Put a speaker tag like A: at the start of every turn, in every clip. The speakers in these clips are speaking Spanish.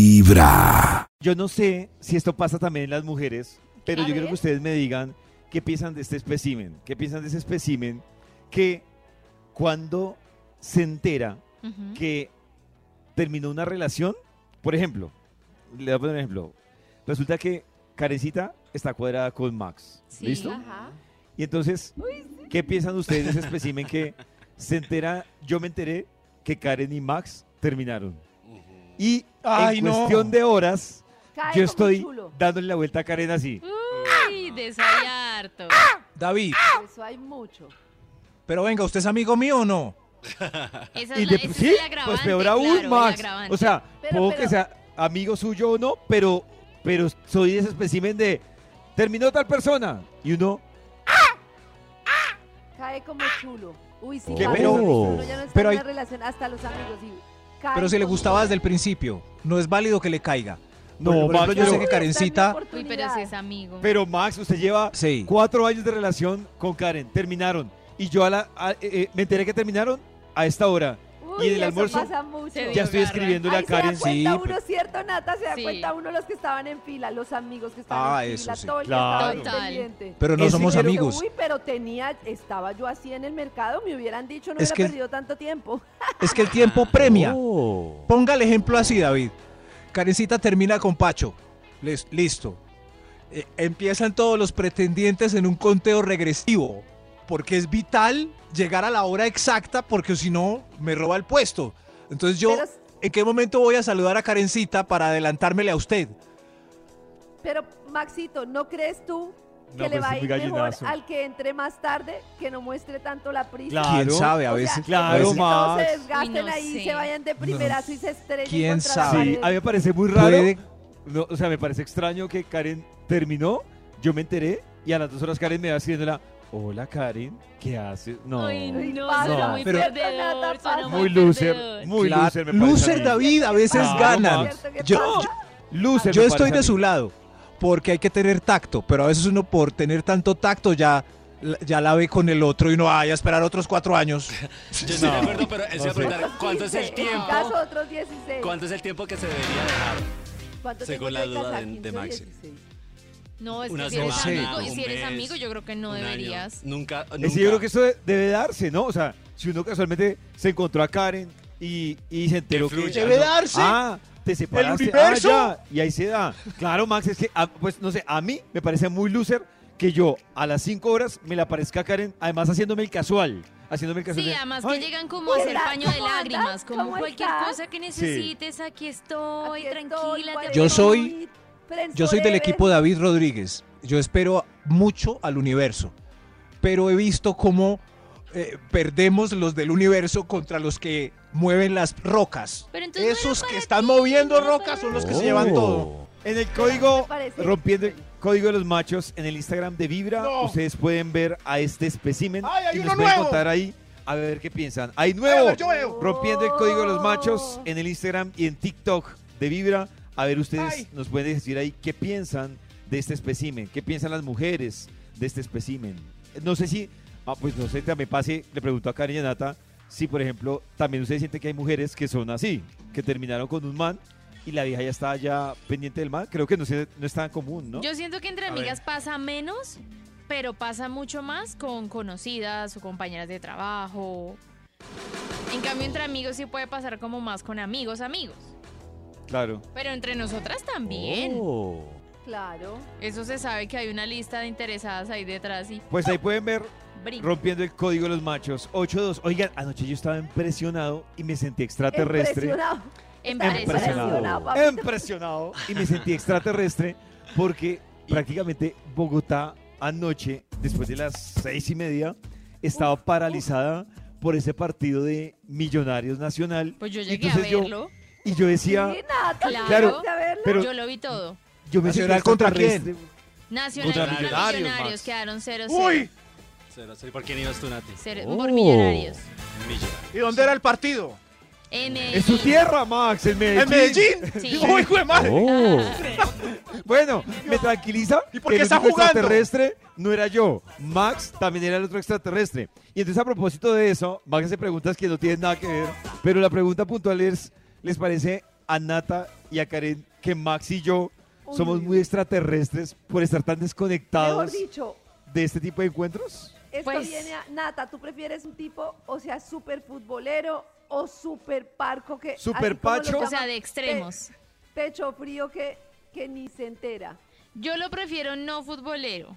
A: Vibra.
B: Yo no sé si esto pasa también en las mujeres, pero
C: A
B: yo quiero
C: ver.
B: que ustedes me digan qué piensan de este espécimen. ¿Qué piensan de ese espécimen que cuando se entera
C: Ujú.
B: que terminó una relación, por ejemplo, le voy a poner un ejemplo. Resulta que Karencita está cuadrada con Max.
C: Sí.
B: ¿Listo?
C: Ajá.
B: Y entonces, ¿qué piensan ustedes de ese espécimen que se entera? Yo me enteré que Karen y Max terminaron. Y
D: Ay,
B: en
D: no.
B: cuestión de horas,
E: Cae
B: yo
E: como
B: estoy
E: chulo.
B: dándole la vuelta a Karen así.
E: ¡Ah!
C: Uy, de eso hay harto.
B: ¡Ah!
D: David,
E: Eso hay mucho.
D: pero venga, ¿usted es amigo mío o no?
C: Esa
B: Y
C: es la,
B: le-
C: esa es
B: sí,
C: el agravante,
B: pues peor aún,
C: claro, el
B: Max.
C: agravante.
B: O sea,
E: Pero,
B: puedo
E: pero-
B: que sea amigo suyo o no, pero, pero soy de ese espécimen de terminó tal persona. Y uno,
E: Cae como chulo. Uy, sí,
A: ¿Qué?
E: cae
D: Pero-
E: como chulo. Ya no está
D: pero
E: en una
D: hay-
E: relación hasta los amigos. Y cae
D: Pero si le
E: como
D: gustaba
E: chulo.
D: desde el principio, no es válido que le caiga.
B: no,
D: Por- por
B: Max,
D: ejemplo, yo
B: pero,
D: sé que Karencita-
C: Uy, pero si es amigo.
B: pero Max, usted lleva
D: Sí.
B: cuatro años de relación con Karen, terminaron. Y yo a la, a- eh, eh, me enteré que terminaron a esta hora.
E: Uy,
B: y en el
E: eso
B: almuerzo
E: pasa mucho.
C: se
B: Ya
C: dio
B: estoy
C: garra.
B: escribiéndole a
E: Ahí se da
B: Karen.
E: cuenta
D: Sí,
E: uno, ¿cierto, Nata? Se da
C: Sí.
E: cuenta uno los que estaban en fila, los amigos que estaban
D: Ah,
E: en
D: eso
E: fila,
D: sí.
E: todo el
B: Claro.
E: día
C: Total.
E: pendiente.
D: Pero no
B: Ese
D: somos
B: quiero-
D: amigos.
E: Uy, pero tenía, estaba yo así en el mercado, me hubieran dicho, no
D: Es
E: hubiera
D: que-
E: perdido tanto tiempo.
D: Es que el tiempo premia.
A: Oh.
D: Ponga el ejemplo así, David. Karencita termina con Pacho. Les- listo. Eh, empiezan todos los pretendientes en un conteo regresivo. Porque es vital llegar a la hora exacta, porque si no, me roba el puesto. Entonces yo,
E: Pero-
D: ¿en qué momento voy a saludar a Karencita para adelantármele a usted?
E: Pero, Maxito, ¿no crees tú que
B: No,
E: le
B: pero es
E: va a
B: muy
E: ir mejor
B: gallinazo.
E: al que entre más tarde, que no muestre tanto la prisa?
B: Claro.
D: ¿Quién sabe? A
E: O sea,
D: veces...
B: claro,
D: a veces-
B: ma.
E: No
B: Max.
E: se desgasten
C: Uy, no
E: ahí,
C: sé.
E: se vayan de primerazo y se estrellen
D: ¿Quién
E: contra
D: sabe?
E: la
B: Sí,
E: pared.
B: a mí me parece muy raro.
D: puede-
B: No, o sea, me parece extraño que Karen terminó, yo me enteré y a las dos horas Karen me va escribiéndola, hola Karen, ¿qué haces? No.
C: Uy,
E: Uy,
C: no,
E: pasa,
C: suena muy
D: pero-
C: perdedor, suena
B: muy
C: loser.
B: loser, muy
D: Claro,
B: loser me parece.
D: loser,
B: a mí.
D: David, a veces
B: Claro,
D: ganan.
B: Max.
E: ¿Cierto que
D: Yo-
E: pasa?
D: yo-
B: Loser
D: Yo
B: me
D: estoy
B: parece a
D: de
B: mí.
D: su lado, porque hay que tener tacto, pero a veces uno por tener tanto tacto ya, ya la ve con el otro y uno, ay, a esperar otros cuatro años.
F: Yo estoy de
B: No,
F: acuerdo, pero él se va a
B: no sé.
F: preguntar cuánto es el
E: 15, en
F: tiempo.
E: mi caso, otros 16.
F: ¿Cuánto es el tiempo que se debería dejar?
E: ¿Cuánto
F: Según
E: tengo
F: la
E: que
F: duda
E: casar?
F: de- de
E: 15 o
F: Maxi.
E: 16.
C: No, es
F: Una
C: que si eres
D: semana,
C: amigo, y
F: un
C: si eres
F: mes,
C: amigo, yo creo que no
F: Un año.
C: deberías.
F: Nunca, nunca.
B: Es que yo creo que eso de- debe darse, ¿no? O sea, si uno casualmente se encontró a Karen y, y se enteró que...
F: fluya, Debe ¿no?
D: darse.
B: Ah, te separaste.
D: El universo.
B: Ah, ya, y ahí se da. Claro, Max, es que, ah, pues, no sé, a mí me parece muy loser que yo a las 5 horas me la parezca a Karen, además haciéndome el casual. Haciéndome el casual.
C: Sí,
B: de,
C: además
B: "Ay,
C: que llegan como a
E: hola,
C: hacer paño de
E: ¿cómo andas?
C: lágrimas, como
E: ¿Cómo
C: cualquier
E: estás?
C: cosa que necesites, aquí estoy,
E: Aquí estoy,
C: tranquila. te
E: cuarenta
D: Yo
C: apoyo.
D: soy-
E: mil, friends
D: Yo soy del
E: forever.
D: equipo David Rodríguez. Yo espero mucho al universo, pero he visto cómo eh, perdemos los del universo contra los que mueven las rocas.
C: Pero entonces no era
D: Esos que
C: para
D: están
C: ti,
D: moviendo
C: no era
D: rocas
C: para
D: son los que
A: Oh.
D: se llevan todo.
B: En el
E: ¿no
B: código,
E: te parece?
B: rompiendo el código de los machos, en el Instagram de Vibra, ustedes pueden ver a este espécimen
D: ¡Ay, hay
B: y nos
D: uno
B: pueden
D: nuevo!
B: contar ahí a ver qué piensan. ¡Hay nuevo! Rompiendo el código de los machos
E: Oh.
B: en el Instagram y en TikTok de Vibra. A ver, ustedes
D: Ay.
B: nos pueden decir ahí qué piensan de este espécimen, qué piensan las mujeres de este espécimen. No sé si, ah, pues no sé, también pase, le pregunto a Karen y a Nata si, por ejemplo, también ustedes sienten que hay mujeres que son así, que terminaron con un man y la vieja ya está ya pendiente del man. Creo que no, sé- no es tan común, ¿no?
C: Yo siento que entre
F: A ver.
C: amigas pasa menos, pero pasa mucho más con conocidas o compañeras de trabajo. En cambio, entre amigos sí puede pasar como más con amigos, amigos.
B: Claro.
C: Pero entre nosotras también.
A: Oh.
E: Claro.
C: Eso se sabe que hay una lista de interesadas ahí detrás y
B: Pues ahí pueden ver
C: brinca.
B: Rompiendo el código de los machos. 8-2. Oigan, anoche yo estaba impresionado y me sentí extraterrestre. Em,
E: Impresionado.
C: Emparejado.
B: Impresionado.
E: papi.
B: Impresionado. Y me sentí extraterrestre porque prácticamente Bogotá anoche, después de las seis y media, estaba paralizada por ese partido de Millonarios Nacional.
C: Pues yo llegué
B: Entonces
C: a
B: yo-
C: verlo.
B: Y yo decía,
E: Sí, Nata,
C: Claro.
E: claro. A verlo.
B: pero
C: yo lo vi todo.
B: yo me sentí
D: ¿Nacional contra
B: extraterrestre.
C: Nacional
B: Contra
C: contra
B: Millonarios,
C: Millonarios,
B: Max.
C: quedaron 0-0.
F: Cero, cero. ¿Por quién ibas tú, Nati?
C: Cero-
A: Oh.
C: Por Millonarios.
F: Millonario.
D: ¿Y dónde era el partido?
C: En
B: Es su
C: Medellín.
B: tierra, Max, en Medellín.
C: Sí.
D: hijo de
A: Oh.
B: Bueno, me tranquiliza
D: ¿Y por
B: que
D: qué
B: el
D: está
B: único
D: jugando?
B: extraterrestre no era yo. Max también era el otro extraterrestre. Y entonces a propósito de eso, Max hace preguntas que no tienen nada que ver, pero la pregunta puntual es, ¿les parece a Nata y a Karen que Max y yo
E: Uy,
B: somos
E: uy,
B: muy
E: uy.
B: extraterrestres por estar tan
E: Mejor
B: desconectados
E: dicho,
B: de este tipo de encuentros?
E: esto
C: Pues-
E: viene a Nata. ¿Tú prefieres un tipo, o sea, súper futbolero o súper parco que. así como lo
B: Superpacho.
E: llaman,
C: O sea, de
E: pe-
C: extremos.
E: pecho frío que, que ni se entera.
C: Yo lo prefiero no futbolero.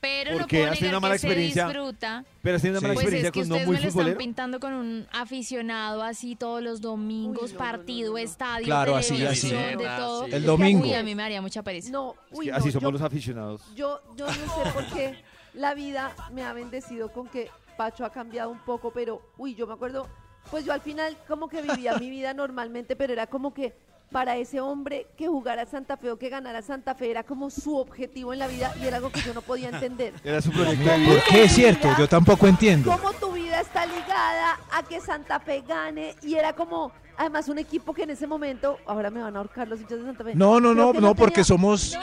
C: Pero
B: ¿Por
C: no
B: qué?
C: puedo
B: ¿Has tenido una
C: negar
B: mala
C: que se
B: experiencia?
C: disfruta.
B: Pero has tenido una mala
D: Sí.
C: Pues
B: experiencia
C: es que
B: con no
C: ustedes
B: muy
C: me lo están
B: futbolero.
C: pintando con un aficionado así todos los domingos,
E: Uy, no, no, no,
C: partido,
E: no.
C: estadio,
D: Claro, así,
C: televisión,
F: así.
C: de todo.
F: El
C: Es que a mí-
D: domingo.
C: Uy, a mí me haría mucha pereza.
E: No,
B: Es
E: uy,
B: que
E: no,
B: así somos
E: yo-
B: los aficionados.
E: Yo, yo no sé por qué la vida me ha bendecido con que Pacho ha cambiado un poco, pero uy, yo me acuerdo, pues yo al final como que vivía mi vida normalmente, pero era como que para ese hombre que jugara Santa Fe o que ganara Santa Fe era como su objetivo en la vida y era algo que yo no podía entender.
B: Era su proyecto de vida.
D: ¿Por qué es cierto? Yo tampoco entiendo.
E: Cómo tu vida está ligada a que Santa Fe gane y era como además un equipo que en ese momento ahora me van a ahorcar los hinchas de Santa Fe.
D: No, no,
E: pero
D: no,
E: que
D: no, porque
E: tenía-
D: somos,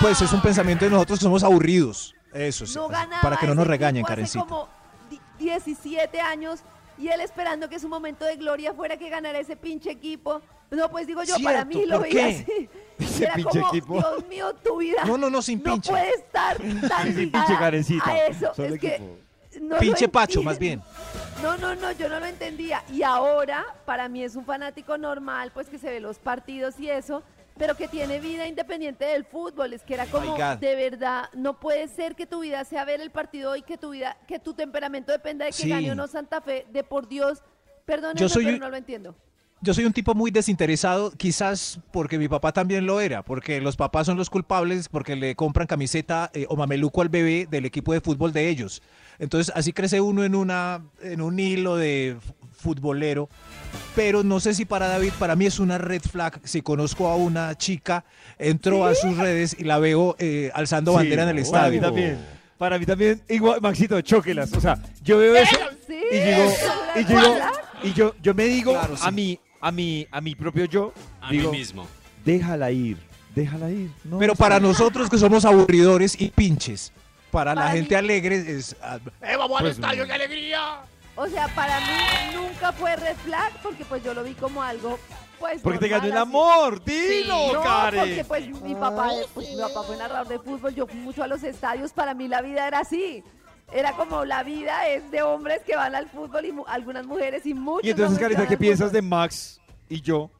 D: pues es un pensamiento de nosotros, somos aburridos. Eso sí. pues,
E: no ganaba
D: Para que no nos
E: ese
D: regañen,
E: equipo hace
D: Karencita.
E: como di- 17 años y él esperando que su momento de gloria fuera que ganara ese pinche equipo. No, pues digo yo, para
D: Cierto,
E: mí lo
D: ¿por
E: veía
D: qué?
E: así.
B: Ese
E: Era
B: pinche
E: como,
B: equipo.
E: Dios mío, tu vida
D: No, no, no, sin
E: no
D: pinche.
E: puede estar tan
B: Sin
E: ligada
B: pinche carecita.
E: a eso.
B: Solo
E: es que
B: equipo.
E: no lo
D: Pinche Pacho,
E: entiendo.
D: más bien.
E: No, no, no, yo no lo entendía. Y ahora, para mí es un fanático normal, pues que se ve los partidos y eso, pero que tiene vida independiente del fútbol. Es que era como,
D: Oiga.
E: de verdad, no puede ser que tu vida sea ver el partido y que tu vida, que tu temperamento dependa de que
D: Sí.
E: gane o no Santa Fe, de por Dios. Perdónenme,
D: Yo soy
E: pero
D: un-
E: no lo entiendo.
D: Yo soy un tipo muy desinteresado, quizás porque mi papá también lo era, porque los papás son los culpables porque le compran camiseta eh, o mameluco al bebé del equipo de fútbol de ellos. Entonces así crece uno en una en un hilo de f- futbolero. Pero no sé si para David, para mí es una red flag. Si conozco a una chica, entro a sus redes y la veo eh, alzando
B: Sí,
D: bandera en el
B: Para mí
D: estadio.
B: también. Para mí también, igual, Maxito, chóquelas. O sea, yo veo eso
E: Sí,
B: y digo, y
E: ¿verdad?
B: digo, y yo, yo me digo
D: Claro,
B: a
D: sí.
B: mí, a mí, a mi propio yo,
F: A
B: digo,
F: mí mismo.
B: déjala ir, déjala ir. No,
D: Pero para nosotros que somos aburridores y pinches, para la
E: Para mí-
D: gente alegre es... ah, ¡Eh, vamos al
B: Pues,
D: estadio,
B: no.
D: qué alegría!
E: O sea, para mí nunca fue red flag porque pues yo lo vi como algo, pues
B: porque te ganó
E: normal,
B: el
E: así.
B: amor, dilo,
E: No,
B: Karen.
E: porque pues mi papá, pues, mi papá fue narrador de fútbol, yo fui mucho a los estadios, para mí la vida era así. Era como la vida es de hombres que van al fútbol y mu- algunas mujeres y muchos
B: Y entonces,
E: hombres que
B: Carita,
E: van
B: ¿qué
E: al
B: piensas de
E: fútbol.
B: Max y yo?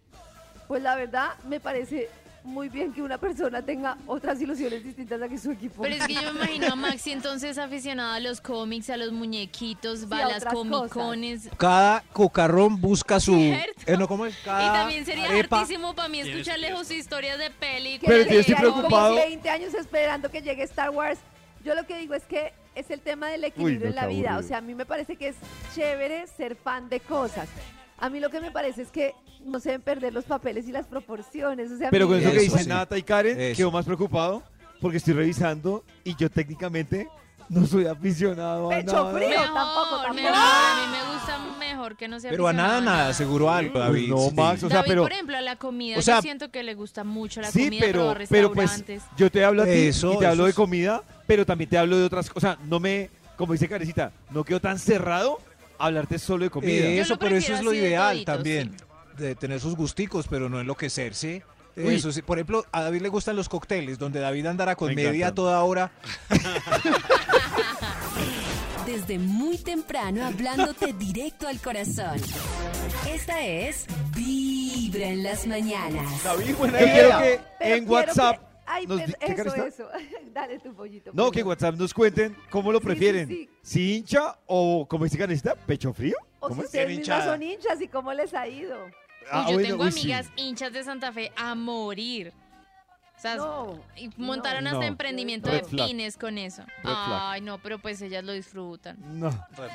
E: Pues la verdad, me parece muy bien que una persona tenga otras ilusiones distintas a que su equipo.
C: Pero es que yo me imagino a Maxi entonces aficionado a los cómics, a los muñequitos, va a
E: a
C: las
E: otras
C: comicones.
D: Cada cocarrón busca su.
C: Cierto.
D: Eh, no, ¿cómo es? Cada
B: Ah,
C: Y también sería
D: arepa.
C: hartísimo para mí
F: Tienes
C: escucharle
F: que-
C: sus historias de películas.
B: Pero yo
E: que
B: estoy
E: llegue como
B: preocupado.
E: 20 años esperando que llegue Star Wars. Yo lo que digo es que es el tema del equilibrio
B: no,
E: en la
B: qué
E: vida. O
B: aburrido.
E: sea, a mí me parece que es chévere ser fan de cosas. A mí lo que me parece es que no se deben perder los papeles y las proporciones. O sea, a
B: Pero
E: mí-
B: con eso, que
D: Eso
B: dicen
D: sí.
B: Nata y Karen,
D: Eso.
B: quedo más preocupado porque estoy revisando y yo técnicamente no soy aficionado a
E: Pecho
B: nada.
E: frío.
C: Mejor,
E: tampoco, tampoco.
C: mejor. A mí me gusta mejor que no sea
D: Pero a nada,
C: aficionado
D: nada, seguro algo, David.
B: no,
D: sí.
B: Max, o sea,
C: David,
B: pero-
C: por ejemplo, a la comida,
D: o sea,
C: yo siento que le gusta mucho la
B: Sí,
C: comida,
B: pero,
C: probar
B: pero pues
C: restaurantes.
B: yo te hablo a ti
D: Eso,
B: y te
D: eso
B: hablo de
D: es-
B: comida, pero también te hablo de otras cosas. O sea, no me, como dice Carecita, no quedo tan cerrado a hablarte solo de comida.
D: Eh,
C: Yo
D: eso,
C: lo
D: pero eso
C: prefiero
D: es lo
C: así de
D: ideal
C: todito,
D: también. De tener sus gusticos, pero no enloquecerse.
B: Uy.
D: Eso sí. Por ejemplo, a David le gustan los cócteles, donde David andará con
B: Me
D: media
B: encantan.
D: toda hora.
G: Desde muy temprano hablándote directo al corazón. Esta es Vibra en las mañanas.
B: Yo quiero
E: Pero-
B: que
E: pero
B: en
E: quiero
B: WhatsApp
E: que- Ay,
B: nos
E: pero
B: di- ¿qué cara
E: eso,
B: está?
E: eso. Dale tu pollito.
B: No,
E: perdón.
B: que en WhatsApp nos cuenten cómo lo
E: Sí, sí,
B: prefieren.
E: sí.
B: Si hincha o, como dice Carecita, pecho frío.
E: O si
B: ¿Cómo es?
E: ustedes
F: Bien
E: mismas
F: hinchada.
E: son hinchas y cómo les ha ido.
B: Ah,
C: y yo
B: bueno,
C: tengo
B: uy, sí.
C: amigas hinchas de Santa Fe a morir. O sea,
E: No,
C: y montaron
B: no.
C: hasta
B: No.
C: emprendimiento
B: Red
C: de
B: flag.
C: pines con eso.
B: Red flag.
C: Ay, no, pero pues ellas lo disfrutan.
B: No.
F: Reto.